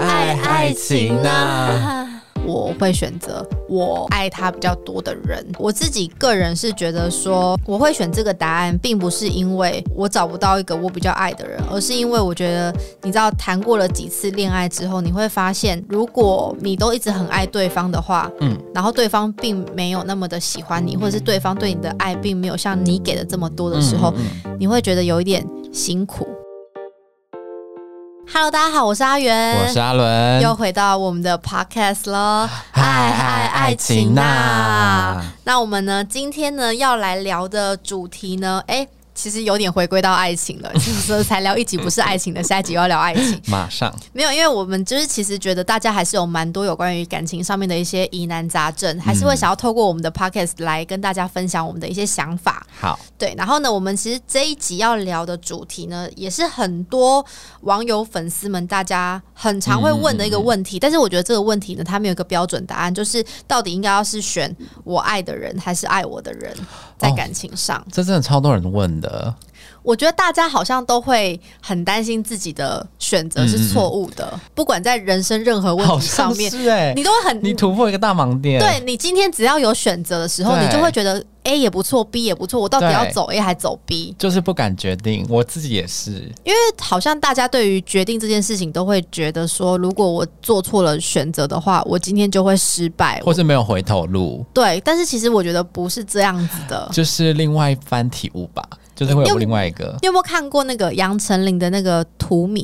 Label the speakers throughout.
Speaker 1: 爱情啊！
Speaker 2: 我会选择我爱他比较多的人。我自己个人是觉得说，我会选这个答案，并不是因为我找不到一个我比较爱的人，而是因为我觉得，你知道，谈过了几次恋爱之后，你会发现，如果你都一直很爱对方的话，
Speaker 1: 嗯
Speaker 2: 嗯，然后对方并没有那么的喜欢你，或者是对方对你的爱并没有像你给的这么多的时候，
Speaker 1: 嗯嗯
Speaker 2: 你会觉得有一点辛苦。Hello，大家好，我是阿元，
Speaker 1: 我是阿伦，
Speaker 2: 又回到我们的 podcast 了，爱爱爱情啊呐、那我们呢，今天呢要来聊的主题呢，哎、其实有点回归到爱情了， 就是才聊一集不是爱情的，下一集又要聊爱情。
Speaker 1: 马上
Speaker 2: 没有，因为我们就是其实觉得大家还是有蛮多有关于感情上面的一些疑难杂症，还是会想要透过我们的 podcast 来跟大家分享我们的一些想法。
Speaker 1: 好，
Speaker 2: 对，然后呢，我们其实这一集要聊的主题呢，也是很多网友粉丝们大家很常会问
Speaker 1: 嗯
Speaker 2: 的一个问题。但是我觉得这个问题呢，它没有一个标准答案，就是到底应该要是选我爱的人还是爱我的人，在
Speaker 1: 哦
Speaker 2: 感情上，
Speaker 1: 这真的超多人问的，
Speaker 2: 我觉得大家好像都会很担心自己的选择是错误的，不管在人生任何问
Speaker 1: 嗯好
Speaker 2: 题上
Speaker 1: 像
Speaker 2: 面，
Speaker 1: 是哎、
Speaker 2: 你都会很
Speaker 1: 你突破一个大盲点，
Speaker 2: 对你今天只要有选择的时候，你
Speaker 1: 对
Speaker 2: 就会觉得 A 也不错，B 也不错，我到底
Speaker 1: 对
Speaker 2: 要走 A 还走 B？
Speaker 1: 就是不敢决定，我自己也是，
Speaker 2: 因为好像大家对于决定这件事情都会觉得说，如果我做错了选择的话，我今天就会失败。
Speaker 1: 或是没有回头路，
Speaker 2: 对，但是其实我觉得不是这样子 的。
Speaker 1: 就是另外一番体悟吧，就是会
Speaker 2: 因
Speaker 1: 有
Speaker 2: 为
Speaker 1: 另外一个
Speaker 2: 你有没有看过那个杨丞琳的那个《荼蘼》？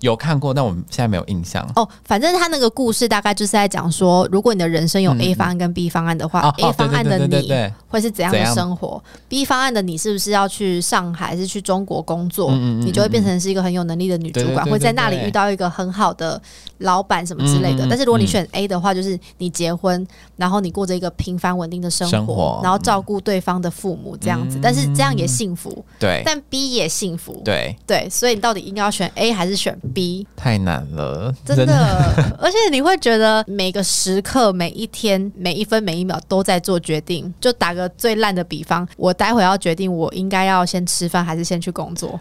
Speaker 1: 有看过，但我们现在没有印象
Speaker 2: 哦，反正他那个故事大概就是在讲说，如果你的人生有
Speaker 1: 嗯
Speaker 2: A 方案跟 B 方案的话、
Speaker 1: 哦
Speaker 2: a 方案的
Speaker 1: 对对对对
Speaker 2: 你
Speaker 1: 对
Speaker 2: 会是怎样的
Speaker 1: 怎样
Speaker 2: 生活？B 方案的你是不是要去上海，还是去中国工作？
Speaker 1: 嗯嗯嗯
Speaker 2: 你就会变成是一个很有能力的女主
Speaker 1: 对对
Speaker 2: 管，
Speaker 1: 对
Speaker 2: 会在那里
Speaker 1: 对对
Speaker 2: 遇到一个很好的老板什么之类的。
Speaker 1: 嗯嗯嗯
Speaker 2: 但是如果你选 A 的话，就是你结婚，然后你过着一个平凡稳定的生活，
Speaker 1: 生活
Speaker 2: 然后照顾对方的父母这
Speaker 1: 嗯
Speaker 2: 样子，但是这样也幸福，
Speaker 1: 对
Speaker 2: 但 B 也幸福。
Speaker 1: 对，
Speaker 2: 对，所以你到底应该要选 A 还是选 B？
Speaker 1: 太难了，
Speaker 2: 真的， 而且你会觉得每个时刻、每一天、每一分、每一秒都在做决定。就打个最烂的比方，我待会要决定我应该要先吃饭还是先去工 作。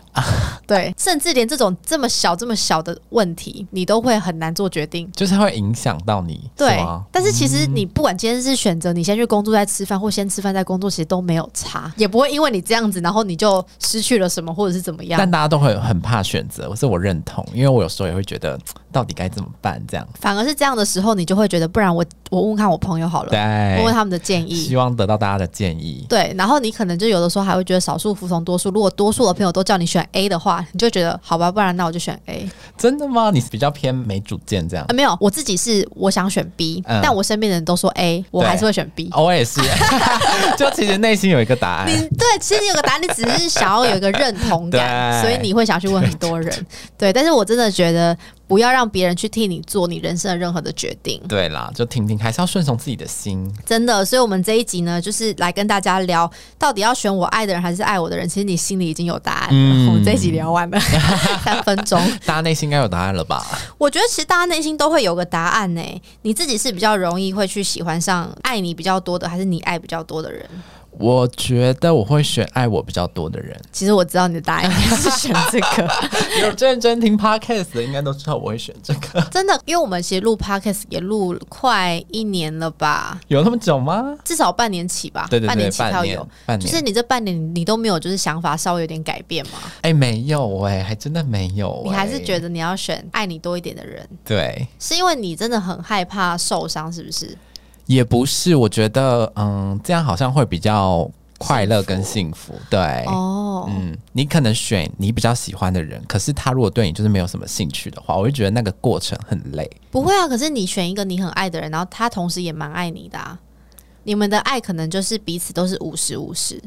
Speaker 2: 对，甚至连这种这么小、这么小的问题，你都会很难做决定。
Speaker 1: 就是会影响到你，是
Speaker 2: 对
Speaker 1: 吗，嗯
Speaker 2: 但是其实你不管今天是选择你先去工作再吃饭，或先吃饭再工作，其实都没有差，也不会因为你这样子，然后你就失去了什么或者是怎么样。
Speaker 1: 但大家都会很怕选择，这我认同，因为我有时候也会觉得到底该怎么办这样。
Speaker 2: 反而是这样的时候，你就会觉得，不然我我问问看我朋友好了，问问
Speaker 1: 对，
Speaker 2: 他们的建议。
Speaker 1: 希望得到大家的建议。
Speaker 2: 对，然后你可能就有的时候还会觉得少数服从多数。如果多数的朋友都叫你选 A 的话，你就觉得好吧，不然那我就选 A。
Speaker 1: 真的吗？你比较偏没主见这样
Speaker 2: 啊，？没有，我自己是我想选 B，、
Speaker 1: 嗯
Speaker 2: 但我身边的人都说 A，我还
Speaker 1: 对
Speaker 2: 是会选 B。
Speaker 1: 哦我也是，就其实内心有一个答案
Speaker 2: 你。对，其实你有个答案，你只是想要有一个认同感，
Speaker 1: 对
Speaker 2: 所以你会想去问很多 人。对，但是我真的觉得不要让别人去替你做你人生的任何的决定。
Speaker 1: 对啦，就听听，还是要顺从自己的心。
Speaker 2: 真的，所以我们这一集呢，就是来跟大家聊，到底要选我爱的人还是爱我的人。其实你心里已经有答案了。
Speaker 1: 嗯
Speaker 2: 我们这一集聊完了 三分钟，
Speaker 1: 大家内心应该有答案了吧？
Speaker 2: 我觉得其实大家内心都会有个答案呢、你自己是比较容易会去喜欢上爱你比较多的，还是你爱比较多的人？
Speaker 1: 我觉得我会选爱我比较多的人。
Speaker 2: 其实我知道你的答案应该是选这个，
Speaker 1: 有认真听 podcast 的，应该都知道我会选这个。
Speaker 2: 真的，因为我们其实录 podcast 也录快一年了吧，
Speaker 1: 有那么久吗？
Speaker 2: 至少半年起吧，
Speaker 1: 对对
Speaker 2: 半
Speaker 1: 对
Speaker 2: 年，起
Speaker 1: 半
Speaker 2: 跳
Speaker 1: 年
Speaker 2: 有。，
Speaker 1: 半
Speaker 2: 就
Speaker 1: 年。
Speaker 2: 是你这半年你都没有就是想法稍微有点改变嘛？
Speaker 1: 哎、没有哎、还真的没有、
Speaker 2: 你还是觉
Speaker 1: 得
Speaker 2: 得你要选爱你多一点的人，
Speaker 1: 对？
Speaker 2: 是因为你真的很害怕受伤，是不是？
Speaker 1: 也不是，我觉得嗯，这样好像会比较快乐跟幸福。对，
Speaker 2: 哦，
Speaker 1: 嗯，你可能选你比较喜欢的人，可是他如果对你就是没有什么兴趣的话，我会觉得那个过程很累。
Speaker 2: 不会啊，可是你选一个你很爱的人，然后他同时也蛮爱你的啊。你们的爱可能就是彼此都是五十五十，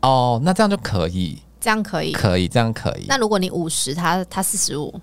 Speaker 1: 哦，那这样就可以，
Speaker 2: 这样可以。
Speaker 1: 可以，这样可以。
Speaker 2: 那如果你五十，他他四十五，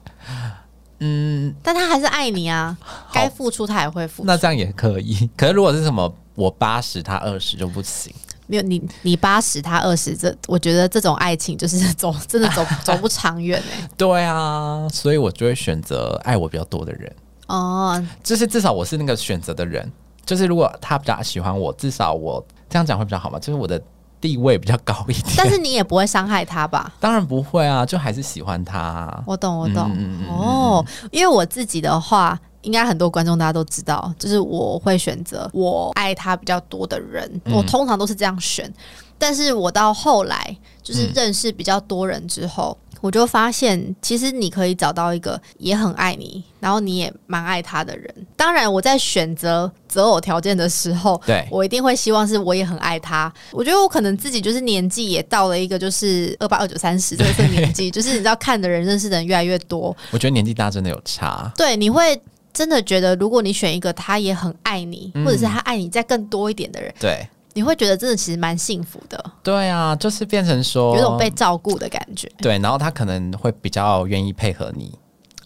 Speaker 2: 嗯，但他还是爱你啊，该付出他也会付出。
Speaker 1: 那这样也可以。可是如果是什么我八十，他二十就不行。
Speaker 2: 没有你，你八十，他二十，这我觉得这种爱情就是走，真的走走不长远哎、
Speaker 1: 对啊，所以我就会选择哎爱我比较多的人，
Speaker 2: 哦，
Speaker 1: 就是至少我是那个选择的人。就是如果他比较喜欢我，至少我这样讲会比较好嘛，就是我的地位比较高一点。
Speaker 2: 但是你也不会伤害他吧？
Speaker 1: 当然不会啊，就还是喜欢他啊、
Speaker 2: 我懂，我懂。哦
Speaker 1: 嗯嗯嗯嗯
Speaker 2: 哦，因为我自己的话，应该很多观众大家都知道，就是我会选择我爱他比较多的人，
Speaker 1: 嗯
Speaker 2: 我通常都是这样选。但是我到后来就是
Speaker 1: 嗯
Speaker 2: 认识比较多人之后，我就发现其实你可以找到一个也很爱你，然后你也蛮爱他的人。当然，我在选择择偶条件的时候，
Speaker 1: 对
Speaker 2: 我一定会希望是我也很爱他。我觉得我可能自己就是年纪也到了一个就是二八二九三十这个年纪， 就是你知道看的人、认识的人越来越多，
Speaker 1: 我觉得年纪大真的有差，
Speaker 2: 对，你会真的觉得，如果你选一个他也很爱你，
Speaker 1: 嗯
Speaker 2: 或者是他爱你再更多一点的人，
Speaker 1: 对
Speaker 2: 你会觉得真的其实蛮幸福的，
Speaker 1: 对啊，就是变成说
Speaker 2: 有一种被照顾的感觉。
Speaker 1: 对，然后他可能会比较愿意配合你，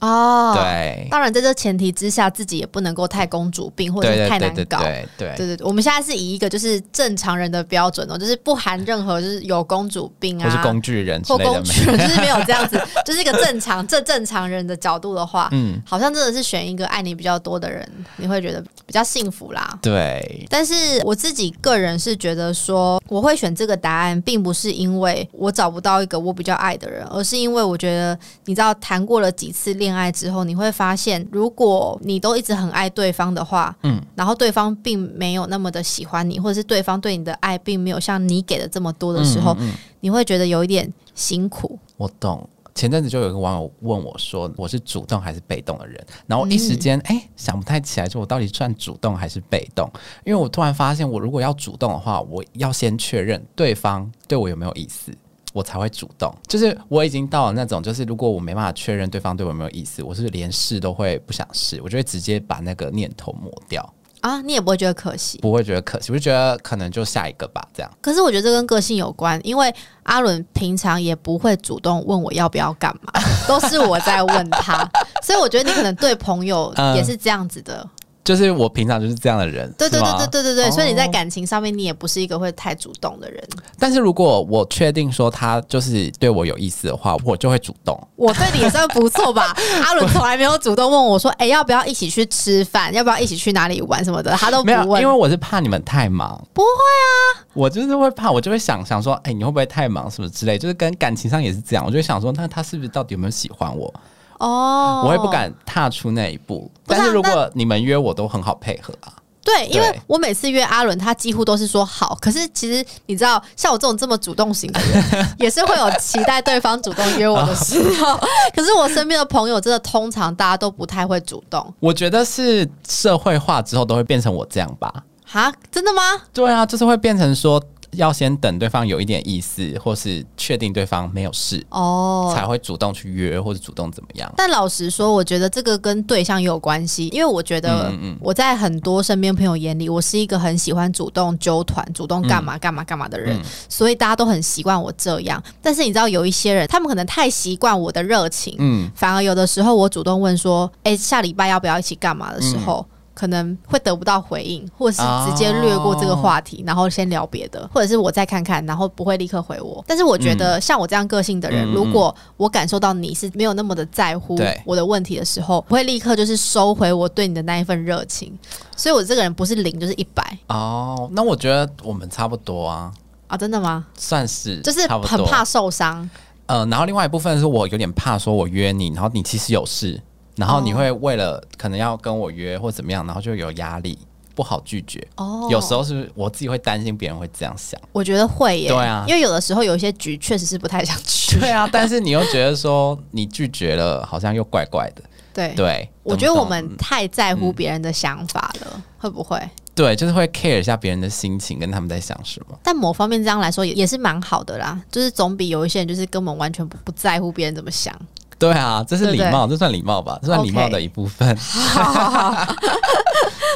Speaker 2: 哦，。
Speaker 1: 对，
Speaker 2: 当然，在这前提之下，自己也不能够太公主病，或者
Speaker 1: 对
Speaker 2: 是
Speaker 1: 对
Speaker 2: 太
Speaker 1: 对
Speaker 2: 难
Speaker 1: 对
Speaker 2: 搞。
Speaker 1: 对对
Speaker 2: 对对对，我们现在是以一个就是正常人的标准哦，就是不含任何就是有公主病啊，
Speaker 1: 或是工具人之
Speaker 2: 或
Speaker 1: 类的
Speaker 2: 工
Speaker 1: 没，
Speaker 2: 具人，就是没有这 样子，就是一个正常正正常人的角度的话，
Speaker 1: 嗯，
Speaker 2: 好像真的是选一个爱你比较多的人，你会觉得比较幸福啦。
Speaker 1: 对，
Speaker 2: 但是我自己个人是觉得说，我会选这个答案，并不是因为我找不到一个我比较爱的人，而是因为我觉得，你知道，谈过了几次恋爱之后，你会发现，如果你都一直很爱对方的话，嗯，然后对方并没有那么的喜欢你，或者是对方对你的爱并没有像你给的这么多的时候，你会觉得有一点辛苦。
Speaker 1: 我懂。前阵子就有一个网友问我说：“我是主动还是被动的人？”然后我一时间
Speaker 2: 嗯
Speaker 1: 哎、想不太起来，说我到底算主动还是被动？因为我突然发现，我如果要主动的话，我要先确认对方对我有没有意思，我才会主动。就是我已经到了那种，就是如果我没办法确认对方对我有没有意思，我是连试都会不想试，我就会直接把那个念头抹掉，
Speaker 2: 啊，你也不会觉得可惜。
Speaker 1: 不会觉得可惜，我就觉得可能就下一个吧，这样。
Speaker 2: 可是我觉得这跟个性有关，因为阿伦平常也不会主动问我要不要干嘛， 都是我在问他，所以我觉得你可能对朋友
Speaker 1: 嗯
Speaker 2: 也是这样子的。
Speaker 1: 就是我平常就是这样的人，
Speaker 2: 对对
Speaker 1: 是吗
Speaker 2: 对对对对对，
Speaker 1: 哦
Speaker 2: 所以你在感情上面你也不是一个会太主动的人。
Speaker 1: 但是如果我确定说他就是对我有意思的话，我就会主动。
Speaker 2: 我对你也算不错 吧，阿伦从来没有主动问我说，哎、要不要一起去吃饭，要不要一起去哪里玩什么的，他都不
Speaker 1: 没有，
Speaker 2: 问
Speaker 1: 因为。我是怕你们太忙。
Speaker 2: 不会
Speaker 1: 啊，我就是会怕，我就会想想说，哎、你会不会太忙什么之类，就是跟感情上也是这样，我就会想说，那他是不是到底有没有喜欢我？
Speaker 2: 哦，
Speaker 1: 我会不。敢踏出那一步。
Speaker 2: 不是啊
Speaker 1: 但是如果你们约我，都很好配合啊。
Speaker 2: 对，因为
Speaker 1: 对
Speaker 2: 我每次约阿伦，他几乎都是说好。可是其实你知道，像我这种这么主动型的人，也是会有期待对方主动约我的时候。可是我身边的朋友，真的通常大家都不太会主动。
Speaker 1: 我觉得是社会化之后都会变成我这样吧。
Speaker 2: 哈，真的吗？
Speaker 1: 对啊，就是会变成说要先等对方有一点意思，或是确定对方没有事，
Speaker 2: 哦。
Speaker 1: 才会主动去约或者主动怎么样。
Speaker 2: 但老实说，我觉得这个跟对象也有关系，因为我觉得我在很多身边朋友眼里，我是一个很喜欢主动纠团、主动干嘛干嘛干嘛的人，所以大家都很习惯我这样。但是你知道，有一些人，他们可能太习惯我的热情，
Speaker 1: 嗯，
Speaker 2: 反而有的时候我主动问说：“哎、下礼拜要不要一起干嘛？”的时候。
Speaker 1: 嗯
Speaker 2: 可能会得不到回应，或是直接略过这个话题，
Speaker 1: 哦
Speaker 2: 然后先聊别的，或者是我再看看，然后不会立刻回我。但是我觉得像我这样个性的人，
Speaker 1: 嗯嗯
Speaker 2: 如果我感受到你是没有那么的在乎
Speaker 1: 对
Speaker 2: 我的问题的时候，不会立刻就是收回我对你的那一份热情。所以我这个人不是零就是一百
Speaker 1: 哦，那我觉得我们差不多啊，
Speaker 2: 啊，真的吗？
Speaker 1: 算是
Speaker 2: 就是
Speaker 1: 嗯差不
Speaker 2: 很
Speaker 1: 多
Speaker 2: 怕受伤，
Speaker 1: 呃，然后另外一部分是我有点怕，说我约你，然后你其实有事，然后你会
Speaker 2: 哦
Speaker 1: 为了可能要跟我约或怎么样，然后就有压力，不好拒绝。
Speaker 2: 哦
Speaker 1: 有时候是我自己会担心别人会这样想，
Speaker 2: 我觉得会耶，
Speaker 1: 对啊
Speaker 2: 因为有的时候有一些局确实是不太想去，
Speaker 1: 对啊，但是你又觉得说你拒绝了，好像又怪怪的，
Speaker 2: 对
Speaker 1: 对。
Speaker 2: 我
Speaker 1: 懂
Speaker 2: 觉得我
Speaker 1: 懂嗯
Speaker 2: 们太在乎别人的想法了，会不会？
Speaker 1: 对，就是会 care 一下别人的心情，跟他们在想什么。
Speaker 2: 但某方面这样来说也也是蛮好的啦，就是总比有一些人就是根本完全不不在乎别人怎么想。
Speaker 1: 对啊，这是
Speaker 2: 对
Speaker 1: 礼
Speaker 2: 对
Speaker 1: 貌，这算礼貌吧？这算礼貌
Speaker 2: OK
Speaker 1: 的一部分。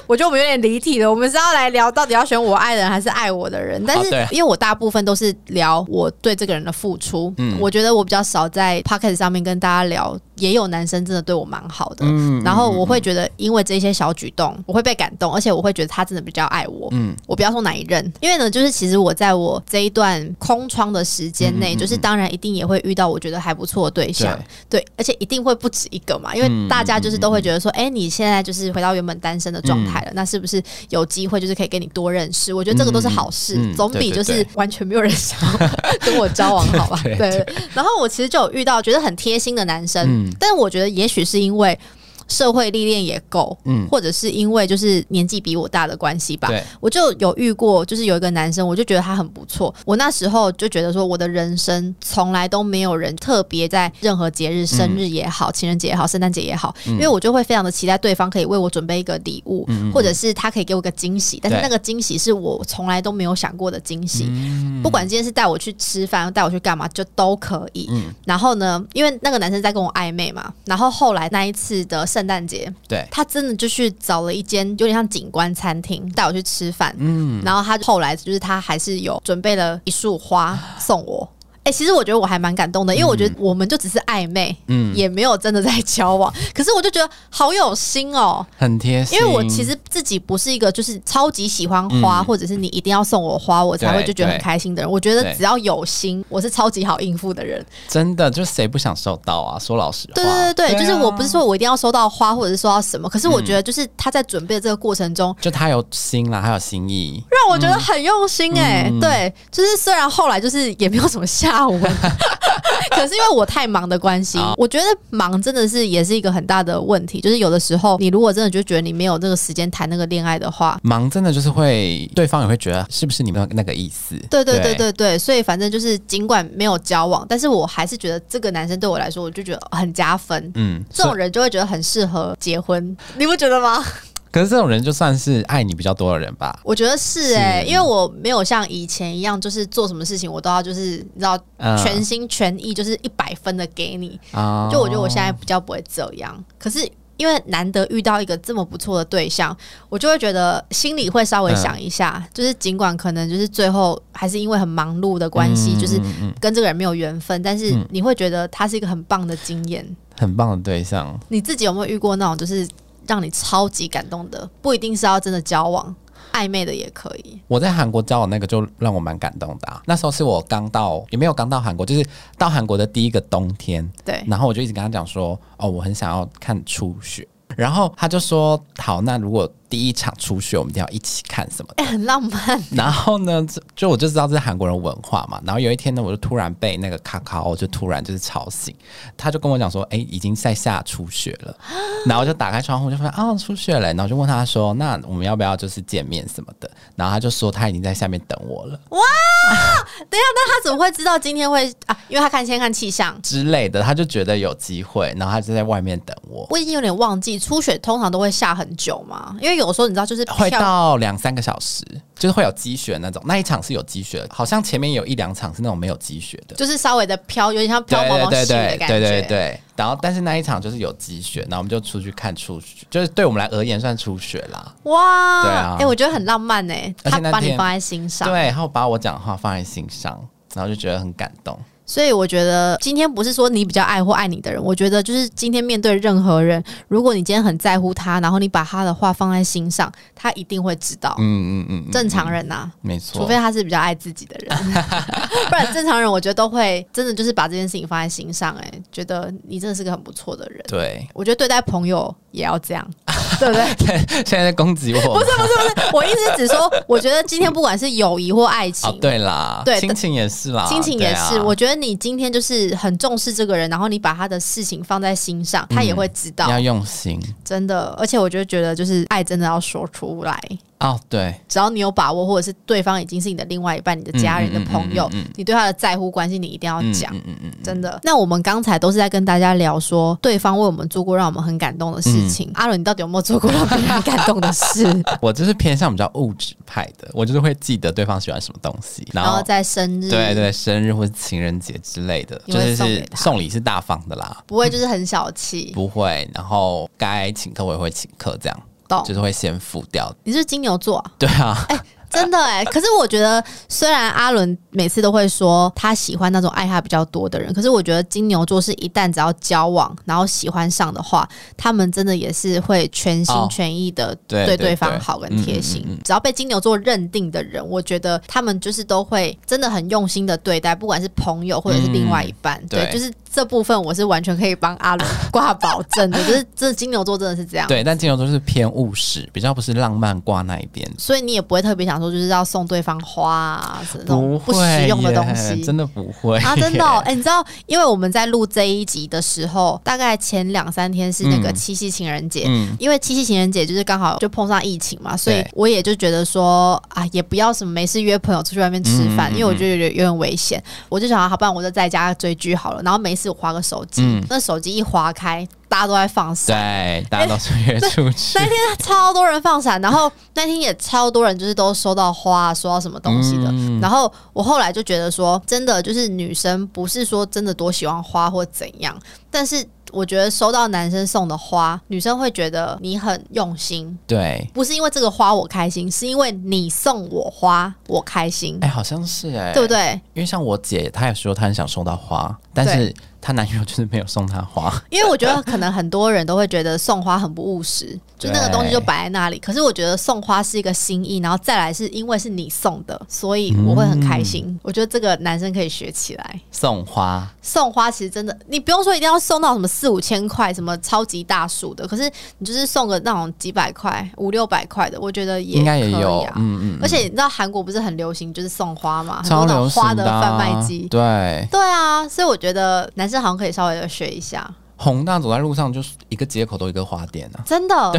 Speaker 2: 我觉得我们有点离题了，我们是要来聊到底要选我爱的人还是爱我的人。但是
Speaker 1: 哦对
Speaker 2: 因为我大部分都是聊我对这个人的付出，
Speaker 1: 嗯
Speaker 2: 我觉得我比较少在 p o c k e t 上面跟大家聊，也有男生真的对我蛮好的，
Speaker 1: 嗯
Speaker 2: 然后我会觉得因为这些小举动，我会被感动，而且我会觉得他真的比较爱我。
Speaker 1: 嗯
Speaker 2: 我不要说哪一任，因为呢，就是其实我在我这一段空窗的时
Speaker 1: 嗯
Speaker 2: 间内，就是当然一定也会遇到我觉得还不错的对象，对，而且一定会不止一个嘛，因
Speaker 1: 嗯
Speaker 2: 为大家就是都会觉得说，哎、你现在就是回到原本单身的状态了，那是不是有机会就是可以跟你多认识？我觉得这个都是好事，
Speaker 1: 嗯嗯嗯嗯
Speaker 2: 总比就
Speaker 1: 对对
Speaker 2: 是完全没有人想要跟我交往好吧？
Speaker 1: 对
Speaker 2: 对。然后我其实就有遇到觉得很贴心的男生，
Speaker 1: 嗯
Speaker 2: 但我觉得也许是因为。社会历练也够，
Speaker 1: 嗯
Speaker 2: 或者是因为就是年纪比我大的关系吧，
Speaker 1: 对，
Speaker 2: 我就有遇过，就是有一个男生，我就觉得他很不错。我那时候就觉得说，我的人生从来都没有人特别在任何节日，生日也
Speaker 1: 嗯
Speaker 2: 好，情人节也好，圣诞节也好，因为我就会非常的期待对方可以为我准备一个礼物，或者是他可以给我个惊喜。但是
Speaker 1: 嗯对
Speaker 2: 那个惊喜是我从来都没有想过的惊喜。
Speaker 1: 嗯
Speaker 2: 不管今天是带我去吃饭，带我去干嘛，就都可以。
Speaker 1: 嗯
Speaker 2: 然后呢，因为那个男生在跟我暧昧嘛，然后后来那一次的圣诞节，
Speaker 1: 对，
Speaker 2: 他真的就去找了一间有点像景观餐厅，带我去吃饭。
Speaker 1: 嗯，
Speaker 2: 然后他后来就是他还是有准备了一束花送我。哎、其实我觉得我还蛮感动的，因为我觉得我们就只是暧昧，
Speaker 1: 嗯
Speaker 2: 也没有真的在交往。可是我就觉得好有心哦、
Speaker 1: 很贴心，
Speaker 2: 因为我其实自己不是一个就是超级喜欢花，
Speaker 1: 嗯
Speaker 2: 或者是你一定要送我花，我才会
Speaker 1: 对
Speaker 2: 就觉得很
Speaker 1: 对
Speaker 2: 开心的人。我觉得
Speaker 1: 对
Speaker 2: 只要有心，我是超级好应付的人。
Speaker 1: 真的就是谁不想收到啊？说老实话，
Speaker 2: 对对对对，
Speaker 1: 啊
Speaker 2: 就是我不是说我一定要收到花，或者是收到什么，可是
Speaker 1: 嗯
Speaker 2: 我觉得就是他在准备的这个过程中，
Speaker 1: 就他有心啦，他有心意，
Speaker 2: 让我觉得很用心哎、
Speaker 1: 嗯
Speaker 2: 对，就是虽然后来就是也没有什么下 文，可是因为我太忙的关系
Speaker 1: 哦，
Speaker 2: 我觉得忙真的是也是一个很大的问题。就是有的时候，你如果真的就觉得你没有那个时间谈那个恋爱的话，
Speaker 1: 忙真的就是会，对方也会觉得是不是你们那个意思？
Speaker 2: 对对对对对，所以反正就是尽管没有交往，但是我还是觉得这个男生对我来说，我就觉得很加分。
Speaker 1: 嗯，
Speaker 2: 这种人就会觉得很适合结婚，你不觉得吗？
Speaker 1: 可是这种人就算是爱你比较多的人吧，
Speaker 2: 我觉得是哎、
Speaker 1: 是
Speaker 2: 因为我没有像以前一样，就是做什么事情我都要就是你知道
Speaker 1: 嗯
Speaker 2: 全心全意，就是一百分的给你。
Speaker 1: 啊
Speaker 2: 就我觉得我现在比较不会这样，可是因为难得遇到一个这么不错的对象，我就会觉得心里会
Speaker 1: 嗯
Speaker 2: 稍微想一下，就是尽管可能就是最后还是因为很忙碌的关系，
Speaker 1: 嗯
Speaker 2: 就是
Speaker 1: 嗯嗯
Speaker 2: 跟这个人没有缘分，但是
Speaker 1: 嗯
Speaker 2: 你会觉得他是一个很棒的经验。
Speaker 1: 很棒的对象。
Speaker 2: 你自己有没有遇过那种就是让你超级感动的？不一定是要真的交往，暧昧的也可以。
Speaker 1: 我在韩国交往那个就让我蛮感动的、啊，那时候是我刚到，也没有刚到韩国，就是到韩国的第一个冬天，
Speaker 2: 对，
Speaker 1: 然后我就一直跟他讲说，哦，我很想要看初雪，然后他就说，好，那如果第一场初雪，我们一定要一起看什么的
Speaker 2: 哎、很浪漫。
Speaker 1: 然后呢，就就我就知道这是韩国人文化嘛。然后有一天呢，我就突然被那个卡卡欧就突然就是吵醒，他就跟我讲说：“哎，已经在下初雪了。”然后我就打开窗户就发现啊、出雪了。然后就问他说：“那我们要不要就是见面什么的？”然后他就说他已经在下面等我了
Speaker 2: 那他怎么会知道今天会啊？因为他看先看气象。
Speaker 1: 之类的，他就觉得有机会，然后他就在外面等我，
Speaker 2: 我已经有点忘记，初雪通常都会下很久嘛，因为有时候你知道就是
Speaker 1: 会
Speaker 2: 飘
Speaker 1: 到两三个小时，就是会有积雪那种。那一场是有积雪的，好像前面有一两场是那种没有积雪的。
Speaker 2: 就是稍微的飘，有点像飘
Speaker 1: 对
Speaker 2: 毛毛
Speaker 1: 对
Speaker 2: 细雨
Speaker 1: 对
Speaker 2: 的感觉。
Speaker 1: 对对对。然后，但是那一场就是有积雪，然后我们就出去看初雪，就是对我们来而言算初雪啦。
Speaker 2: 哇，
Speaker 1: 对啊
Speaker 2: 哎、我觉得很浪漫哎、
Speaker 1: 而
Speaker 2: 他
Speaker 1: 且那天
Speaker 2: 把你放在心上。
Speaker 1: 对，然后把我讲的话放在心上，然后就觉得很感动。
Speaker 2: 所以我觉得今天不是说你比较爱或爱你的人，我觉得就是今天面对任何人，如果你今天很在乎他，然后你把他的话放在心上，他一定会知道。
Speaker 1: 嗯嗯嗯嗯，
Speaker 2: 正常人呐、
Speaker 1: 没
Speaker 2: 除
Speaker 1: 错
Speaker 2: 非。他是比较爱自己的 人，不然正常人我觉得都会真的就是把这件事情放在心上、哎，觉得你真的是个很不错的人。
Speaker 1: 对，
Speaker 2: 我觉得对待朋友也要这样， 对不对？
Speaker 1: 现在在攻击我。不是
Speaker 2: 我意思是指说，我觉得今天不管是友谊或爱情，
Speaker 1: 哦，对啦，
Speaker 2: 对
Speaker 1: 亲情也是啦，
Speaker 2: 亲情也是，
Speaker 1: 对啊
Speaker 2: 我觉得你今天就是很重视这个人，然后你把他的事情放在心上，他也会知道，
Speaker 1: 嗯要用心。
Speaker 2: 真的。而且我就觉得，就是爱真的要说出来，
Speaker 1: 哦，对，
Speaker 2: 只要你有把握，或者是对方已经是你的另外一半、你的家人、
Speaker 1: 嗯嗯
Speaker 2: 你的朋友，
Speaker 1: 嗯嗯嗯
Speaker 2: 你对他的在乎关心，你一定要
Speaker 1: 嗯
Speaker 2: 讲。
Speaker 1: 嗯嗯嗯，
Speaker 2: 真的，那我们刚才都是在跟大家聊说，对方为我们做过让我们很感动的事
Speaker 1: 嗯
Speaker 2: 情。阿伦，你到底有没有做过让别人感动的事？
Speaker 1: 我就是偏向比较物质派的，我就是会记得对方喜欢什么东西，然
Speaker 2: 然后
Speaker 1: 后
Speaker 2: 在生日，
Speaker 1: 对对，生日或是情人节之类的，
Speaker 2: 你
Speaker 1: 就
Speaker 2: 会
Speaker 1: 是
Speaker 2: 送给
Speaker 1: 是
Speaker 2: 他
Speaker 1: 送礼是大方的啦。
Speaker 2: 不会就是很小气，
Speaker 1: 不会，然后该请客我也会请客，这样
Speaker 2: 懂？
Speaker 1: 就是会先付掉。
Speaker 2: 你是金牛座啊、
Speaker 1: 对啊，
Speaker 2: 真的哎、可是我觉得，虽然阿伦每次都会说他喜欢那种爱他比较多的人，可是我觉得金牛座是一旦只要交往，然后喜欢上的话，他们真的也是会全心
Speaker 1: 哦
Speaker 2: 全意的
Speaker 1: 对
Speaker 2: 对
Speaker 1: 对
Speaker 2: 对方
Speaker 1: 对
Speaker 2: 好跟贴心。
Speaker 1: 嗯嗯嗯
Speaker 2: 只要被金牛座认定的人，我觉得他们就是都会真的很用心的对待，不管是朋友或者是另外一半，对，
Speaker 1: 嗯对
Speaker 2: 就是这部分我是完全可以帮阿伦挂保证的，就是这金牛座真的是这样。
Speaker 1: 对，但金牛座是偏务实，比较不是浪漫挂那一边。
Speaker 2: 所以你也不会特别想说，就是要送对方花啊，这种不
Speaker 1: 会
Speaker 2: 实用的东
Speaker 1: 耶
Speaker 2: 西。
Speaker 1: 真的不会
Speaker 2: 啊，真的、哦！
Speaker 1: 耶
Speaker 2: 哎、你知道，因为我们在录这一集的时候，大概前两三天是那个
Speaker 1: 嗯
Speaker 2: 七夕情人节，
Speaker 1: 嗯，
Speaker 2: 因为七夕情人节就是刚好就碰上疫情嘛，所以
Speaker 1: 对
Speaker 2: 我也就觉得说啊，也不要什么没事约朋友出去外面吃饭，
Speaker 1: 嗯嗯嗯
Speaker 2: 因为我就觉得有点危险。我就想要，好，不然我就在家追剧好了，然后没事我划个手机，
Speaker 1: 嗯
Speaker 2: 那手机一划开，大家都在放闪。
Speaker 1: 对，大家都是约出去
Speaker 2: 那，天超多人放闪，然后那天也超多人，就是都收到花、啊，收到什么东西的。
Speaker 1: 嗯
Speaker 2: 然后我后来就觉得说，真的就是女生不是说真的多喜欢花或怎样，但是我觉得收到男生送的花，女生会觉得你很用心，
Speaker 1: 对。
Speaker 2: 不是因为这个花我开心，是因为你送我花我开心，
Speaker 1: 哎、好像是哎、
Speaker 2: 对不对？
Speaker 1: 因为像我姐，她也说她很想收到花，但是她男友就是没有送 她花。
Speaker 2: 因为我觉得可能很多人都会觉得送花很不务实，就那个
Speaker 1: 对
Speaker 2: 东西就摆在那里。可是我觉得送花是一个心意，然后再来是因为是你送的，所以我会很开心。
Speaker 1: 嗯
Speaker 2: 我觉得这个男生可以学起来。
Speaker 1: 送花，
Speaker 2: 送花其实真的，你不用说一定要送到什么四五千块，什么超级大数的，可是你就是送个那种几百块、五六百块的，我觉得也
Speaker 1: 应该
Speaker 2: 可
Speaker 1: 也
Speaker 2: 以
Speaker 1: 有，
Speaker 2: 啊。
Speaker 1: 嗯嗯，
Speaker 2: 而且你知道韩国不是很流行就是送花嘛，很
Speaker 1: 超
Speaker 2: 多那种
Speaker 1: 流
Speaker 2: 花
Speaker 1: 行
Speaker 2: 的
Speaker 1: 啊
Speaker 2: 贩卖机。
Speaker 1: 对，
Speaker 2: 对啊，所以我觉得男生好像可以稍微的学一下。
Speaker 1: 宏大走在路上就是一个街口都一个花店啊。
Speaker 2: 真的，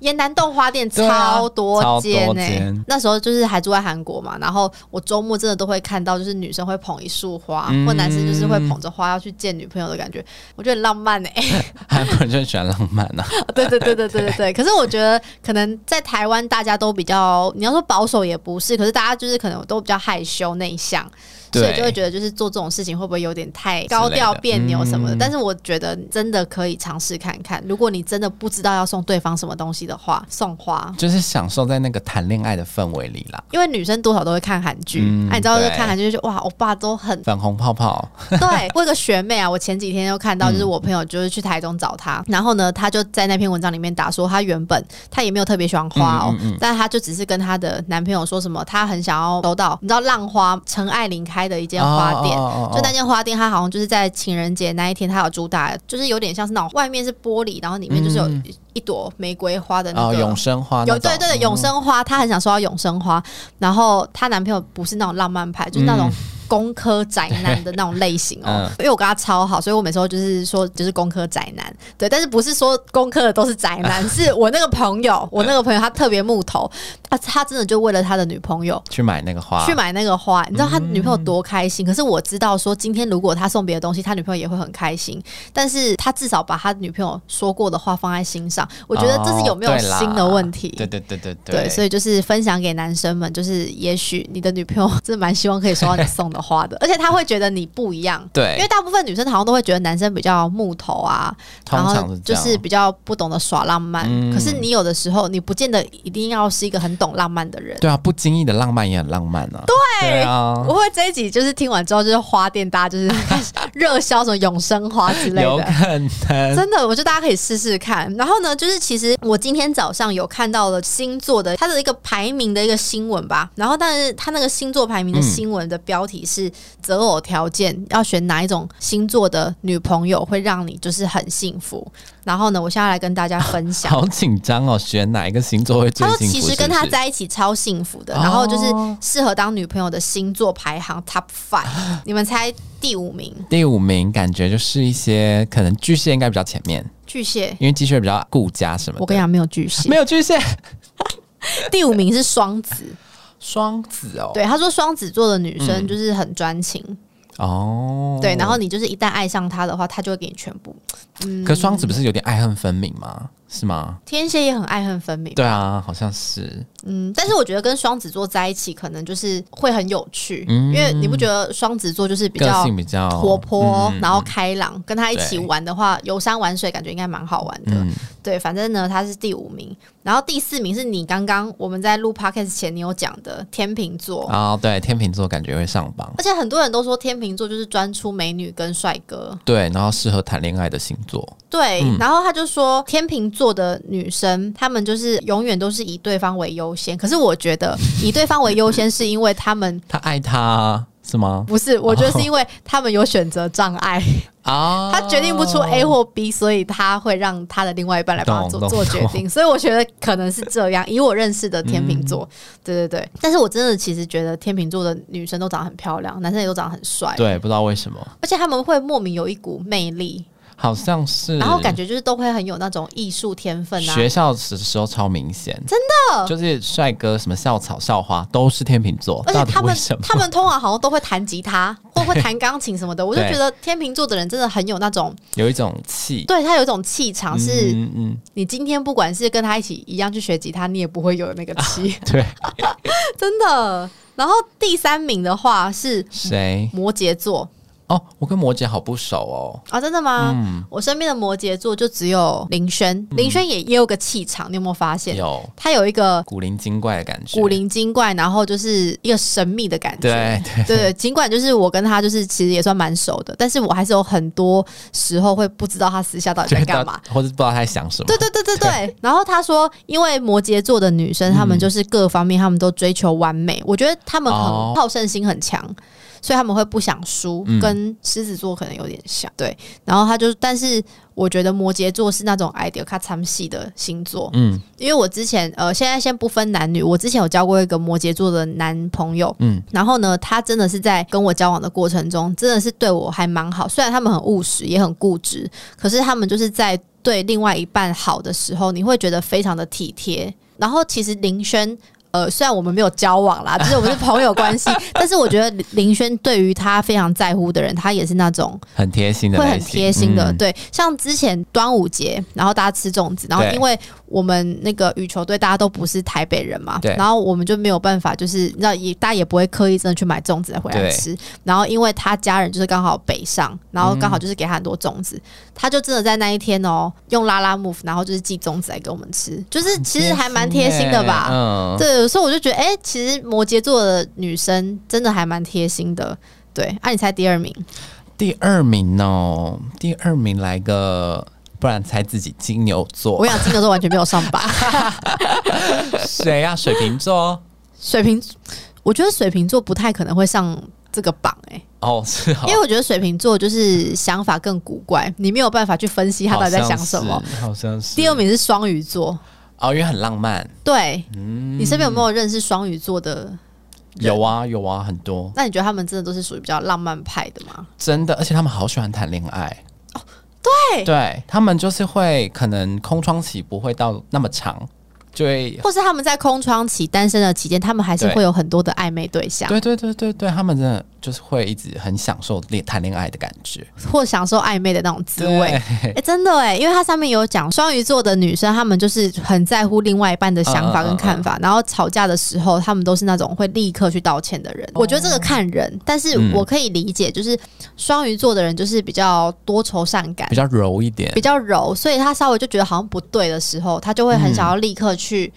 Speaker 2: 沿南洞花店
Speaker 1: 对啊
Speaker 2: 超多间
Speaker 1: 超多
Speaker 2: 呢、
Speaker 1: 间
Speaker 2: 那时候就是还住在韩国嘛，然后我周末真的都会看到，就是女生会捧一束花，
Speaker 1: 嗯
Speaker 2: 或男生就是会捧着花要去见女朋友的感觉，我觉得很浪漫呢、
Speaker 1: 韩国人就很喜欢浪 漫啊，
Speaker 2: 对对对对对对对。可是我觉得可能在台湾大家都比较，你要说保守也不是，可是大家就是可能都比较害羞内向，所以
Speaker 1: 对
Speaker 2: 就会觉得就是做这种事情会不会有点太高调
Speaker 1: 之类的
Speaker 2: 别扭什么的。
Speaker 1: 嗯
Speaker 2: 但是我觉得真的可以尝试看看，如果你真的不知道要送对方什么东西的话，送花。
Speaker 1: 就是享受在那个谈恋爱的氛围里啦。
Speaker 2: 因为女生多少都会看韩剧，
Speaker 1: 嗯
Speaker 2: 啊，你知道，就
Speaker 1: 对
Speaker 2: 看韩剧就觉得哇，欧巴都 很
Speaker 1: 粉红泡泡，
Speaker 2: 对，我有个学妹啊，我前几天就看到，
Speaker 1: 嗯
Speaker 2: 就是我朋友就是去台中找她，然后呢，她就在那篇文章里面打说，她原本她也没有特别喜欢花哦，
Speaker 1: 嗯嗯嗯
Speaker 2: 但她就只是跟她的男朋友说什么，她很想要收到，你知道浪花陈爱玲开的一间花店。
Speaker 1: 哦哦哦哦
Speaker 2: 就那间花店，它好像就是在情人节那一天，它有主打，就是有点像是那种外面是玻璃，然后里面就是有
Speaker 1: 嗯
Speaker 2: 一朵玫瑰花的那
Speaker 1: 哦
Speaker 2: 个
Speaker 1: 永生花那
Speaker 2: 有
Speaker 1: 种，嗯
Speaker 2: 对对对，永生花，她很想收到永生花，然后她男朋友不是那种浪漫派，就是
Speaker 1: 嗯
Speaker 2: 那种。工科宅男的那种类型 哦，因为我跟他超好，所以我每次都就是说就是工科宅男，对，但是不是说工科的都是宅男， 是我那个朋友，我那个朋友他特别木头，他他真的就为了他的女朋友
Speaker 1: 嗯去买那个花，
Speaker 2: 去买那个花，你知道他女朋友多开心。可是我知道说，今天如果他送别的东西，他女朋友也会很开心。但是他至少把他女朋友说过的话放在心上，我觉得这是有没有
Speaker 1: 哦对啦
Speaker 2: 心的问题。
Speaker 1: 对对对对
Speaker 2: 对，所以就是分享给男生们，就是也许你的女朋友真的蛮希望可以收到你送的花的，而且她会觉得你不一样。因为
Speaker 1: 对，
Speaker 2: 大部分女生好像都会觉得男生比较木头啊，
Speaker 1: 通
Speaker 2: 然
Speaker 1: 常
Speaker 2: 后
Speaker 1: 是
Speaker 2: 就
Speaker 1: 这样
Speaker 2: 是比较不懂得耍浪漫。
Speaker 1: 嗯
Speaker 2: 可是你有的时候，你不见得一定要是一个很懂浪漫的人。
Speaker 1: 对啊，不经意的浪漫也很浪漫啊。对对啊
Speaker 2: 我，会这一集就是听完之后，就是花店大家就是开始热销什么永生花之类
Speaker 1: 有
Speaker 2: 的，
Speaker 1: 可能
Speaker 2: 真的，我觉得大家可以试试看。然后呢，就是其实我今天早上有看到了星座的它的一个排名的一个新闻吧，然后但是它那个星座排
Speaker 1: 嗯
Speaker 2: 名的新闻的标题是择偶条件要选哪一种星座的女朋友会让你就是很幸福。然后呢，我现在来跟大家分享。
Speaker 1: 好紧张哦，选哪一个星座会最
Speaker 2: 他说：“
Speaker 1: 幸福？
Speaker 2: 哦其实跟
Speaker 1: 是
Speaker 2: 他
Speaker 1: 不是
Speaker 2: 在一起超幸福的，
Speaker 1: 哦
Speaker 2: 然后就是适合当女朋友的星座排行 Top Five，你 们猜第五名？
Speaker 1: 第五名，感觉就是一些可能巨蟹应该比较前面，
Speaker 2: 巨蟹。
Speaker 1: 因为巨蟹比较顾家什么的。
Speaker 2: 我跟你讲，没有巨蟹
Speaker 1: 没。有巨蟹，
Speaker 2: 第五名是双子。
Speaker 1: 双子哦，嗯
Speaker 2: 对，他说双子座的女生就是很专情，
Speaker 1: 哦，
Speaker 2: 对，然后你就是一旦爱上她的话，她就会给你全部。嗯
Speaker 1: 可双子不是有点爱恨分明吗？是吗？
Speaker 2: 天蝎也很爱恨分明，
Speaker 1: 对啊，好像是，
Speaker 2: 嗯，但是我觉得跟双子座在一起，可能就是会很有趣，因
Speaker 1: 嗯
Speaker 2: 为你不觉得双子座就是比
Speaker 1: 个
Speaker 2: 较
Speaker 1: 性比较
Speaker 2: 活泼，
Speaker 1: 嗯
Speaker 2: 然后开朗，跟他一起
Speaker 1: 对
Speaker 2: 玩的话，游山玩水感觉应该蛮好玩的。
Speaker 1: 嗯，
Speaker 2: 对，反正呢，他是第五名，然后第四名是你刚刚我们在录 podcast 前你有讲的天秤座，
Speaker 1: 哦，对，天秤座感觉会上榜，
Speaker 2: 而且很多人都说天秤座就是专出美女跟帅哥，
Speaker 1: 对，然后适合谈恋爱的星座，
Speaker 2: 对，
Speaker 1: 嗯
Speaker 2: 然后他就说天秤座的女生，她们就是永远都是以对方为优先，可是我觉得以对方为优先是因为她们
Speaker 1: 他爱他，是吗？
Speaker 2: 不是，我觉得是因为他们有选择障碍，
Speaker 1: 啊，
Speaker 2: 他决定不出 A 或 B，所以他会让他的另外一半来帮他做
Speaker 1: 懂懂嗯
Speaker 2: 做决定。所以我觉得可能是这样。以我认识的天秤座，对对对，但是我真的其实觉得天秤座的女生都长得很漂亮，男生也都长得很帅，
Speaker 1: 对，不知道为什么，
Speaker 2: 而且他们会莫名有一股魅力，
Speaker 1: 好像是，
Speaker 2: 然后感觉就是都会很有那种艺术天分啊。
Speaker 1: 学校的时候超明显，真的，就是帅哥什么校草校花都是天秤座，
Speaker 2: 而
Speaker 1: 到
Speaker 2: 且
Speaker 1: 底
Speaker 2: 他
Speaker 1: 为
Speaker 2: 们
Speaker 1: 什么？
Speaker 2: 他们通常好像都会弹吉他或会弹钢琴什么的，我就
Speaker 1: 对
Speaker 2: 觉得天秤座的人真的很有那种，
Speaker 1: 有一种气，
Speaker 2: 对他有一种气场，是
Speaker 1: 嗯嗯，
Speaker 2: 你今天不管是跟他一起一样去学吉他，你也不会有那个 气，
Speaker 1: 对，
Speaker 2: 真的。然后第三名的话是
Speaker 1: 谁？
Speaker 2: 摩羯座
Speaker 1: 哦，我跟摩羯好不熟哦，
Speaker 2: 啊，真的吗？我身边的摩羯座就只有林轩，林轩也也有个气场，你有没有发现？
Speaker 1: 嗯有
Speaker 2: 他有一个
Speaker 1: 古灵精怪的感觉，
Speaker 2: 古灵精怪，然后就是一个神秘的感觉。
Speaker 1: 对对
Speaker 2: 对对，尽管就是我跟他就是其实也算蛮熟的，但是我还是有很多时候会不知道他私下到底在干嘛。？
Speaker 1: 或者不知道他在想什么？
Speaker 2: 对对对对对。然后他说，因为摩羯座的女
Speaker 1: 嗯
Speaker 2: 生，她们就是各方面她们都追求完美，我觉得她们
Speaker 1: 哦
Speaker 2: 很好胜心很强。所以他们会不想输，
Speaker 1: 嗯
Speaker 2: 跟狮子座可能有点像，对。然后他就，但是我觉得摩羯座是那种 idea 卡参系的星座，
Speaker 1: 嗯
Speaker 2: 因为我之前呃，现在先不分男女，我之前有交过一个摩羯座的男朋友，
Speaker 1: 嗯，
Speaker 2: 然后呢，他真的是在跟我交往的过程中，真的是对我还蛮好。虽然他们很务实，也很固执，可是他们就是在对另外一半好的时候，你会觉得非常的体贴。然后其实林轩。呃，虽然我们没有交往啦，就是我们是朋友关 系，但是我觉得林林轩对于他非常在乎的人，他也是那种
Speaker 1: 很贴心的
Speaker 2: 会
Speaker 1: 类型，
Speaker 2: 很贴心的。
Speaker 1: 嗯
Speaker 2: 对，像之前端午节，然后大家吃粽子，然后
Speaker 1: 对
Speaker 2: 因为我们那个羽球队大家都不是台北人嘛，
Speaker 1: 对
Speaker 2: 然后我们就没有办法，就是你知道也大家也不会刻意真的去买粽子回来
Speaker 1: 对
Speaker 2: 吃。然后因为他家人就是刚好北上，然后
Speaker 1: 嗯
Speaker 2: 刚好就是给他很多粽子，他就真的在那一天哦，用拉拉 move，然后就是寄粽子来给我们吃，就是其实还蛮贴心的吧。
Speaker 1: 欸嗯，
Speaker 2: 对，所以我就觉得，哎、其实摩羯座的女生真的还蛮贴心的。对，啊，你猜第二名？
Speaker 1: 第二名哦，第二名来个，不然猜自己金牛座
Speaker 2: 我，想金牛座完全没有上 榜。
Speaker 1: 谁呀、水瓶座。
Speaker 2: 水瓶，我觉得水瓶座不太可能会上这个榜哎、
Speaker 1: 哦，是哦，
Speaker 2: 因为我觉得水瓶座就是想法更古怪，你没有办法去分析他到底在想什么
Speaker 1: 好。像是？好像是
Speaker 2: 第二名是双鱼座，
Speaker 1: 哦，因为很浪漫，
Speaker 2: 对、
Speaker 1: 嗯
Speaker 2: 你身边有没有认识双鱼座的？
Speaker 1: 有啊有啊，很多
Speaker 2: 那你觉得他们真的都是属于比较浪漫派的吗？
Speaker 1: 真的，而且他们好喜欢谈恋爱。哦，对，对他们就是会可能空窗期不会到那么长，就会。
Speaker 2: 或是他们在空窗期单身的期间，他们还是
Speaker 1: 对
Speaker 2: 会有很多的暧昧对象，
Speaker 1: 对对对对对，他们真的就是会一直很享受恋谈恋爱的感觉，
Speaker 2: 或享受暧昧的那种滋味？
Speaker 1: 对，
Speaker 2: 哎、真的哎，因为它上面有讲双鱼座的女生，她们就是很在乎另外一半的想法跟看法，然后吵架的时候，她们都是那种会立刻去道歉的人。我觉得这个看人，但是
Speaker 1: 嗯
Speaker 2: 我可以理解，就是双鱼座的人就是比较多愁善感
Speaker 1: 比。较柔一点
Speaker 2: 比。较柔，所以他稍微就觉得好像不对的时候，他就会很想要立刻去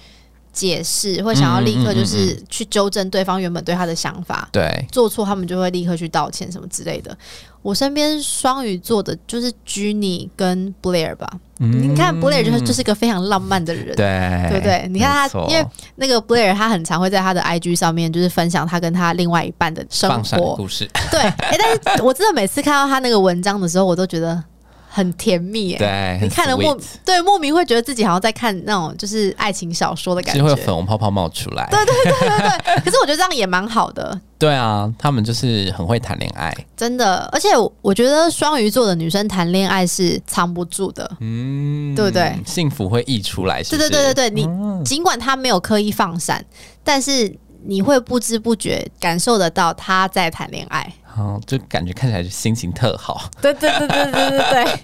Speaker 2: 解释，会想要立刻就是去纠正对方原本对他的想法。
Speaker 1: 对，
Speaker 2: 做错，他们就会立刻去道歉什么之类的。我身边双鱼座的就是 Jenny 跟 Blair 吧，你看 Blair 就是就是个非常浪漫的人。
Speaker 1: 嗯对，
Speaker 2: 对不对你看他
Speaker 1: 没错
Speaker 2: 因为那个 Blair 他很常会在他的 IG 上面就是分享他跟他另外一半的生
Speaker 1: 放闪的
Speaker 2: 活，
Speaker 1: 故事，
Speaker 2: 对。哎、但是我真的每次看到他那个文章的时候，我都觉得很甜蜜、哎，
Speaker 1: 对，
Speaker 2: 你看了
Speaker 1: 莫
Speaker 2: 莫对莫名会觉得自己好像在看那种就是爱情小说的感
Speaker 1: 是
Speaker 2: 觉，
Speaker 1: 会
Speaker 2: 对
Speaker 1: 有粉红泡泡冒出来。对
Speaker 2: 对。可是我觉得这样也蛮好的，
Speaker 1: 对啊，他们就是很会谈恋爱。
Speaker 2: 真的，而且我我觉得双鱼座的女生谈恋爱是藏不住的。
Speaker 1: 嗯，
Speaker 2: 对不对？
Speaker 1: 幸福会溢出来，是
Speaker 2: 对
Speaker 1: 不
Speaker 2: 对对
Speaker 1: 是？
Speaker 2: 对对，你尽管她没有刻意放闪，但是你会不知不觉感受得到她在谈恋爱。
Speaker 1: 好，就感觉看起来就心情特好。
Speaker 2: 对对对对对对对。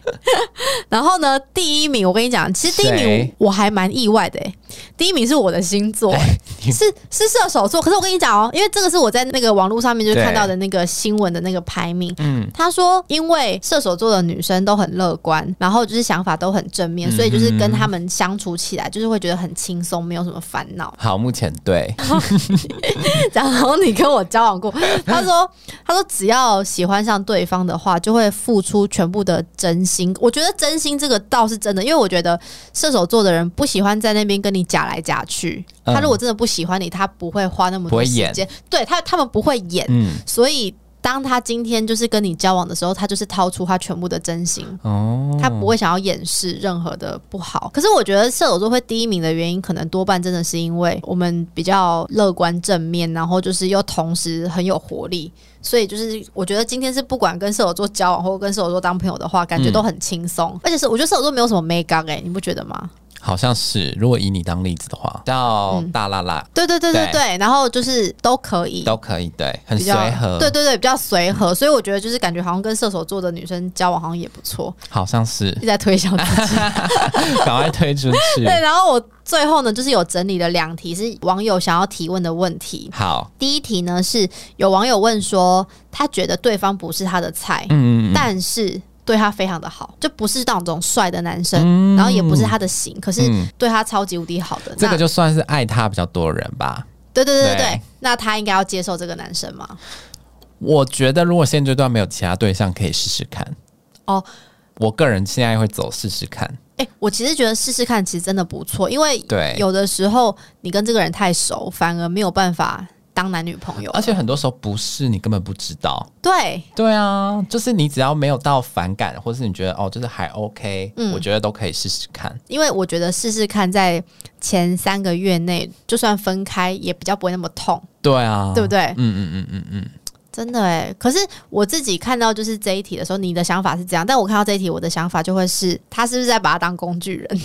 Speaker 2: 然后呢，第一名我跟你讲，其实第一名
Speaker 1: 谁
Speaker 2: 我还蛮意外的、欸，第一名是我的星座、欸
Speaker 1: 你
Speaker 2: 是是射手座。可是我跟你讲哦、因为这个是我在那个网络上面就
Speaker 1: 对
Speaker 2: 看到的那个新闻的那个排名，
Speaker 1: 嗯，。
Speaker 2: 他说，因为射手座的女生都很乐观，然后就是想法都很正面，所以就是跟他们相处起来，就是会觉得很轻松，没有什么烦恼
Speaker 1: 好，目前对，
Speaker 2: 然后你跟我交往过，他说，他说只要喜欢上对方的话，就会付出全部的真心。我觉得真心这个倒是真的，因为我觉得射手座的人不喜欢在那边跟你假来假去。
Speaker 1: 嗯
Speaker 2: 他如果真的不喜欢你，他不会花那么
Speaker 1: 不
Speaker 2: 多
Speaker 1: 会
Speaker 2: 时
Speaker 1: 演
Speaker 2: 间。对他，他们不会演，
Speaker 1: 嗯，
Speaker 2: 所以。当他今天就是跟你交往的时候，他就是掏出他全部的真心，
Speaker 1: 哦，
Speaker 2: 他不会想要掩饰任何的不好。可是我觉得射手座会第一名的原因，可能多半真的是因为我们比较乐观正面，然后就是又同时很有活力，所以就是我觉得今天是不管跟射手座交往或跟射手座当朋友的话，感
Speaker 1: 嗯
Speaker 2: 觉都很轻松。而且是我觉得射手座没有什么 make up 哎、你不觉得吗？
Speaker 1: 好像是。如果以你当例子的话，叫
Speaker 2: 嗯
Speaker 1: 大辣辣、
Speaker 2: 对对对对
Speaker 1: 对
Speaker 2: 对，然后就是都可以。
Speaker 1: 都可以，对，很
Speaker 2: 比
Speaker 1: 随
Speaker 2: 较
Speaker 1: 和，
Speaker 2: 对对对，比较随和，所以我觉得就是感觉好像跟射手座的女生交往好像也不错，
Speaker 1: 好像是
Speaker 2: 一，直在推销自己。
Speaker 1: 赶快推出 去。
Speaker 2: 对，然后我最后呢，就是有整理了两题是网友想要提问的问题。
Speaker 1: 好，
Speaker 2: 第一题呢是有网友问说，他觉得对方不是他的菜，
Speaker 1: 嗯，嗯嗯
Speaker 2: 但是对他非常的好，就不是那种帅的男生，
Speaker 1: 嗯
Speaker 2: 然后也不是他的型，可是
Speaker 1: 嗯
Speaker 2: 对他超级无敌好的。
Speaker 1: 这个
Speaker 2: 那
Speaker 1: 就算是爱他比较多的人吧。
Speaker 2: 对对对对
Speaker 1: 对
Speaker 2: 对，那他应该要接受这个男生吗？
Speaker 1: 我觉得如果现阶段没有其他对象，可以试试看。
Speaker 2: 哦，
Speaker 1: 我个人现在会走试试看。
Speaker 2: 哎、我其实觉得试试看其实真的不错，因为
Speaker 1: 对
Speaker 2: 有的时候你跟这个人太熟，反而没有办法当男女朋友。
Speaker 1: 而且很多时候不是你根本不知道。
Speaker 2: 对，
Speaker 1: 对啊，就是你只要没有到反感，或是你觉得哦，就是还 OK，、
Speaker 2: 嗯
Speaker 1: 我觉得都可以试试看。
Speaker 2: 因为我觉得试试看，在前三个月内，就算分开也比较不会那么痛，
Speaker 1: 对啊，
Speaker 2: 对不对？
Speaker 1: 嗯嗯嗯嗯嗯，
Speaker 2: 真的哎、可是我自己看到就是这一题的时候，你的想法是这样，但我看到这一题，我的想法就会是，他是不是在把他当工具人？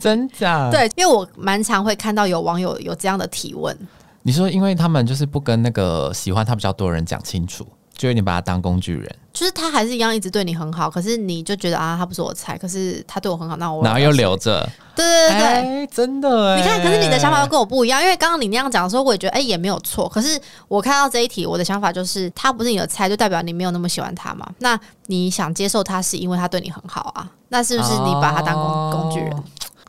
Speaker 1: 真假？，
Speaker 2: 对，因为我蛮常会看到有网友有这样的提问，
Speaker 1: 你说因为他们就是不跟那个喜欢他比较多的人讲清楚，就有点把他当工具人，
Speaker 2: 就是他还是一样一直对你很好，可是你就觉得啊，他不是我的菜，可是他对我很好，那我
Speaker 1: 然后又留着。
Speaker 2: 对对对对。
Speaker 1: 哎真的哎、
Speaker 2: 你看，可是你的想法又跟我不一样，因为刚刚你那样讲的时候，我也觉得哎、也没有错。可是我看到这一题，我的想法就是，他不是你的菜，就代表你没有那么喜欢他嘛？那你想接受他，是因为他对你很好啊？那是不是你把他当工、
Speaker 1: 哦
Speaker 2: 工具人？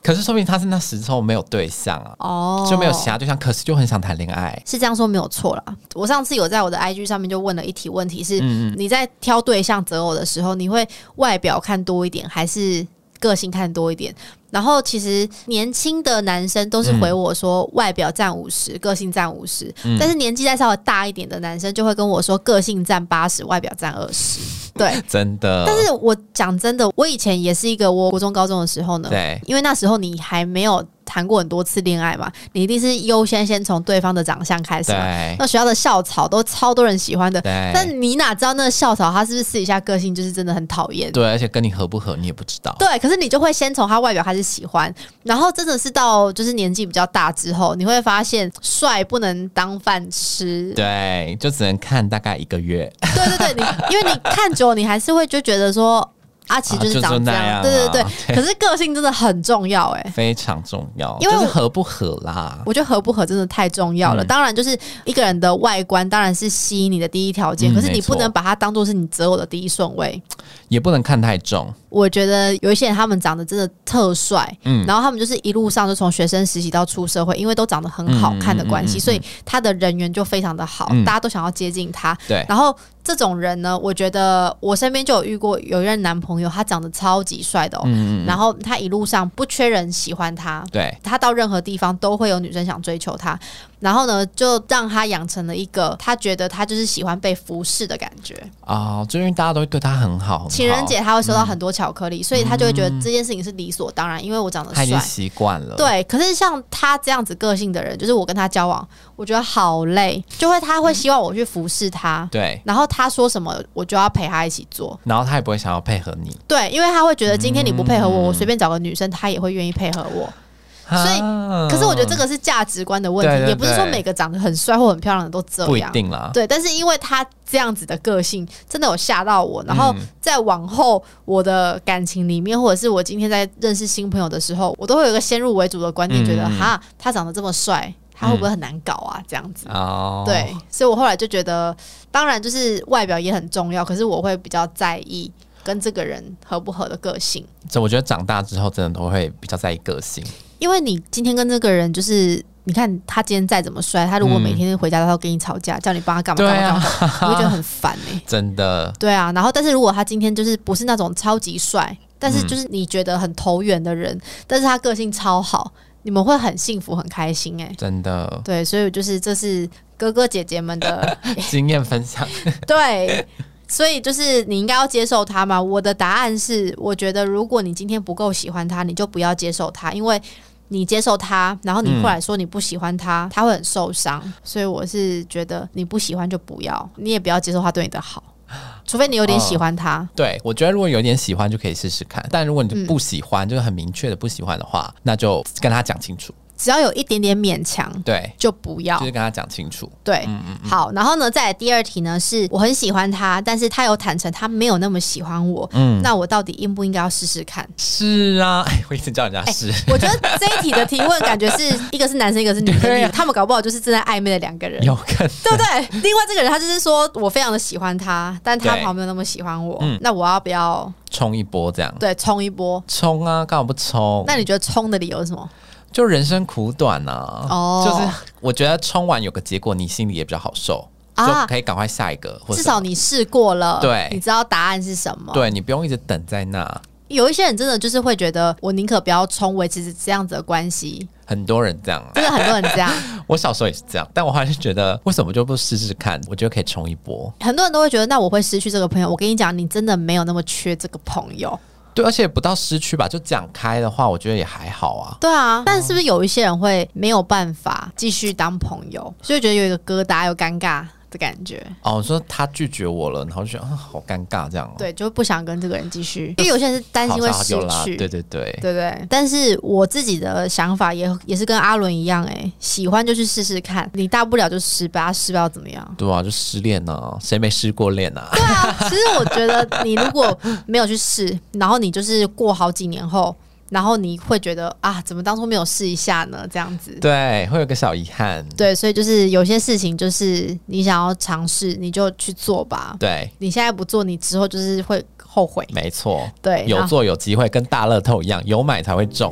Speaker 1: 可是说明他是那时候没有对象啊，
Speaker 2: 哦，
Speaker 1: 就没有其他对象，可是就很想谈恋爱。
Speaker 2: 是这样说没有错啦。我上次有在我的 IG 上面就问了一题问题是，
Speaker 1: 嗯
Speaker 2: 你在挑对象择偶的时候，你会外表看多一点，还是个性看多一点？然后其实年轻的男生都是回我说外表占五十，个性占五十、
Speaker 1: 嗯
Speaker 2: 但是年纪再稍微大一点的男生就会跟我说个性占八十，外表占二十。 对，
Speaker 1: 嗯，真的。
Speaker 2: 但是我讲真的，我以前也是一个，我国中高中的时候呢，
Speaker 1: 对，
Speaker 2: 因为那时候你还没有谈过很多次恋爱嘛，你一定是优先先从对方的长相开始嘛。
Speaker 1: 对
Speaker 2: 那学校的校草都超多人喜欢的，
Speaker 1: 对，
Speaker 2: 但你哪知道那个校草他是不是私底下个性就是真的很讨厌？
Speaker 1: 对，而且跟你合不合你也不知道。
Speaker 2: 对，可是你就会先从他外表开始喜欢，然后真的是到就是年纪比较大之后，你会发现帅不能当饭吃。
Speaker 1: 对，就只能看大概一 个月。
Speaker 2: 对对对，你因为你看久，你还是会就觉得说阿奇
Speaker 1: 啊
Speaker 2: 就是
Speaker 1: 就
Speaker 2: 长
Speaker 1: 就
Speaker 2: 这
Speaker 1: 那
Speaker 2: 样，
Speaker 1: 样
Speaker 2: 对对
Speaker 1: 啊
Speaker 2: 对。可是个性真的很重要哎、
Speaker 1: 非常重要，
Speaker 2: 因为
Speaker 1: 就是
Speaker 2: 我
Speaker 1: 合不合啦。
Speaker 2: 我觉得合不合真的太重要
Speaker 1: 嗯
Speaker 2: 了。当然，就是一个人的外观当然是吸引你的第一条件，
Speaker 1: 嗯
Speaker 2: 可是你
Speaker 1: 没错
Speaker 2: 不能把它当做是你择偶的第一顺位。
Speaker 1: 也不能看太重，
Speaker 2: 我觉得有一些人他们长得真的特帅，
Speaker 1: 嗯
Speaker 2: 然后他们就是一路上就从学生实习到出社会，因为都长得很好看的关系，
Speaker 1: 嗯嗯嗯嗯
Speaker 2: 所以他的人缘就非常的好，
Speaker 1: 嗯
Speaker 2: 大家都想要接近他。
Speaker 1: 对，
Speaker 2: 然后这种人呢，我觉得我身边就有遇过有一任男朋友，他长得超级帅的哦，
Speaker 1: 嗯，
Speaker 2: 然后他一路上不缺人喜欢他，
Speaker 1: 对，
Speaker 2: 他到任何地方都会有女生想追求他，然后呢，就让他养成了一个他觉得他就是喜欢被服侍的感觉。
Speaker 1: 啊、就因为大家都对他很好，很好嗯
Speaker 2: 情人节他会收到很多巧克力，所以他就会觉得这件事情是理所当然，因为我长得
Speaker 1: 他已经
Speaker 2: 帅。
Speaker 1: 习惯了，，
Speaker 2: 对，可是像他这样子个性的人，就是我跟他交往，我觉得好累，就会他会希望我去服侍他，
Speaker 1: 对，
Speaker 2: 然后他说什么我就要陪他一起做。
Speaker 1: 然后他也不会想要配合你，
Speaker 2: 对，因为他会觉得今天你不配合
Speaker 1: 嗯
Speaker 2: 我，我随便找个女生，他也会愿意配合我。所以
Speaker 1: 啊
Speaker 2: 可是我觉得这个是价值观的问
Speaker 1: 对
Speaker 2: 题，
Speaker 1: 对
Speaker 2: 也不是说
Speaker 1: 对
Speaker 2: 每个长得很帅或很漂亮的都这
Speaker 1: 不一
Speaker 2: 样。
Speaker 1: 定啊啦，
Speaker 2: 对，但是因为他这样子的个性，真的有吓到我。然
Speaker 1: 嗯
Speaker 2: 后在往后我的感情里面，或者是我今天在认识新朋友的时候，我都会有一个先入为主的观念，
Speaker 1: 嗯
Speaker 2: 觉得
Speaker 1: 嗯嗯
Speaker 2: 哈，他长得这么帅，他会不会很难搞啊？这样子。
Speaker 1: 哦，
Speaker 2: 对，所以我后来就觉得，当然就是外表也很重要，可是我会比较在意跟这个人合不合的个性。
Speaker 1: 这我觉得长大之后真的都会比较在意个性，
Speaker 2: 因为你今天跟这个人就是。你看他今天再怎么帅，他如果
Speaker 1: 嗯
Speaker 2: 每天回家都要跟你吵架，叫你帮他干嘛
Speaker 1: 对
Speaker 2: 干
Speaker 1: 啊
Speaker 2: 嘛干嘛干嘛，你会觉得很烦哎、
Speaker 1: 真的，
Speaker 2: 对啊，然后但是如果他今天就是不是那种超级帅，但是就是你觉得很投缘的人，但是他个性超好，你们会很幸福很开心哎、
Speaker 1: 真的
Speaker 2: 对，所以就是这是哥哥姐姐们的
Speaker 1: 经验分享。
Speaker 2: 对，所以就是你应该要接受他嘛。我的答案是，我觉得如果你今天不够喜欢他，你就不要接受他，因为你接受他，然后你
Speaker 1: 嗯
Speaker 2: 后来说你不喜欢他，他会很受伤。所以我是觉得你不喜欢就不要，你也不要接受他对你的好，除非你有点喜欢他。
Speaker 1: 对我觉得如果有点喜欢就可以试试看，但如果
Speaker 2: 嗯
Speaker 1: 你不喜欢，就是很明确的不喜欢的话，那就跟他讲清楚。
Speaker 2: 只要有一点点勉强。
Speaker 1: 对，嗯
Speaker 2: 就不要
Speaker 1: 就是跟他讲清楚。
Speaker 2: 对，好，然后呢，再来第二题呢，是我很喜欢他，但是他有坦诚他没有那么喜欢我，
Speaker 1: 嗯，
Speaker 2: 那我到底应不应该要试试看？
Speaker 1: 是啊， 哎，我一直叫人家是。
Speaker 2: 我觉得这一题的提问感觉是一个是男生，一个是女
Speaker 1: 对
Speaker 2: 生
Speaker 1: 啊，
Speaker 2: 他们搞不好就是正在暧昧的两个人，
Speaker 1: 有可能
Speaker 2: 对不对？另外这个人他就是说我非常的喜欢他，但他
Speaker 1: 对
Speaker 2: 好像没有那么喜欢我
Speaker 1: 嗯，
Speaker 2: 那我要不要
Speaker 1: 冲一波这样，
Speaker 2: 对冲一波？
Speaker 1: 冲啊，干嘛不冲？
Speaker 2: 那你觉得冲的理由是什么？
Speaker 1: 就人生苦短啊，
Speaker 2: 哦
Speaker 1: 就是我觉得冲完有个结果，你心里也比较好受，
Speaker 2: 啊
Speaker 1: 就可以赶快下一个，或
Speaker 2: 至
Speaker 1: 者
Speaker 2: 少你试过了，
Speaker 1: 对
Speaker 2: 你知道答案是什么。
Speaker 1: 对你不用一直等在那。
Speaker 2: 有一些人真的就是会觉得，我宁可不要冲，维持这样子的关系，
Speaker 1: 很多人这样啊，
Speaker 2: 真的很多人这样。
Speaker 1: 我小时候也是这样，但我还是觉得为什么就不试试看？我觉得可以冲一波。
Speaker 2: 很多人都会觉得，那我会失去这个朋友。我跟你讲，你真的没有那么缺这个朋友。
Speaker 1: 对，而且不到失去吧，就讲开的话，我觉得也还好啊。
Speaker 2: 对啊，但是不是有一些人会没有办法继续当朋友，所以觉得有一个疙瘩，有尴尬的感觉，
Speaker 1: 哦，我说他拒绝我了，然后就觉得啊，好尴尬这样、哦。，
Speaker 2: 对，就不想跟这个人继续，因为有些人是担心会失
Speaker 1: 有啦，
Speaker 2: 去，
Speaker 1: 对对对，？
Speaker 2: 对对。但是我自己的想法也也是跟阿伦一样、欸，喜欢就去试试看，你大不了就失败，啊失败又怎么样
Speaker 1: 对啊，就失恋啊，谁没失过恋 啊？
Speaker 2: 对啊，其实我觉得你如果没有去试，然后你就是过好几年后。然后你会觉得啊，怎么当初没有试一下呢？这样子，
Speaker 1: 对，会有个小遗憾。
Speaker 2: 对，所以就是有些事情，就是你想要尝试，你就去做吧。
Speaker 1: 对，
Speaker 2: 你现在不做，你之后就是会后悔。
Speaker 1: 没错，
Speaker 2: 对，
Speaker 1: 有
Speaker 2: 然后
Speaker 1: 做有机会，跟大乐透一样，有买才会中。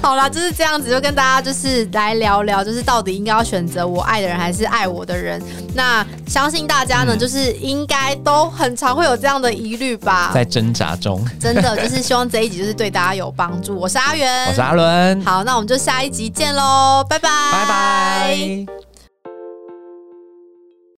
Speaker 2: 好啦，就是这样子，就跟大家就是来聊聊，就是到底应该要选择我爱的人还是爱我的人。那相信大家呢，就是应该都很常会有这样的疑虑吧。
Speaker 1: 在挣扎中，
Speaker 2: 真的，就是希望这一集就是对大家有帮助。我是阿元，
Speaker 1: 我是阿伦，
Speaker 2: 好，那我们就下一集见喽，拜拜，
Speaker 1: 拜拜。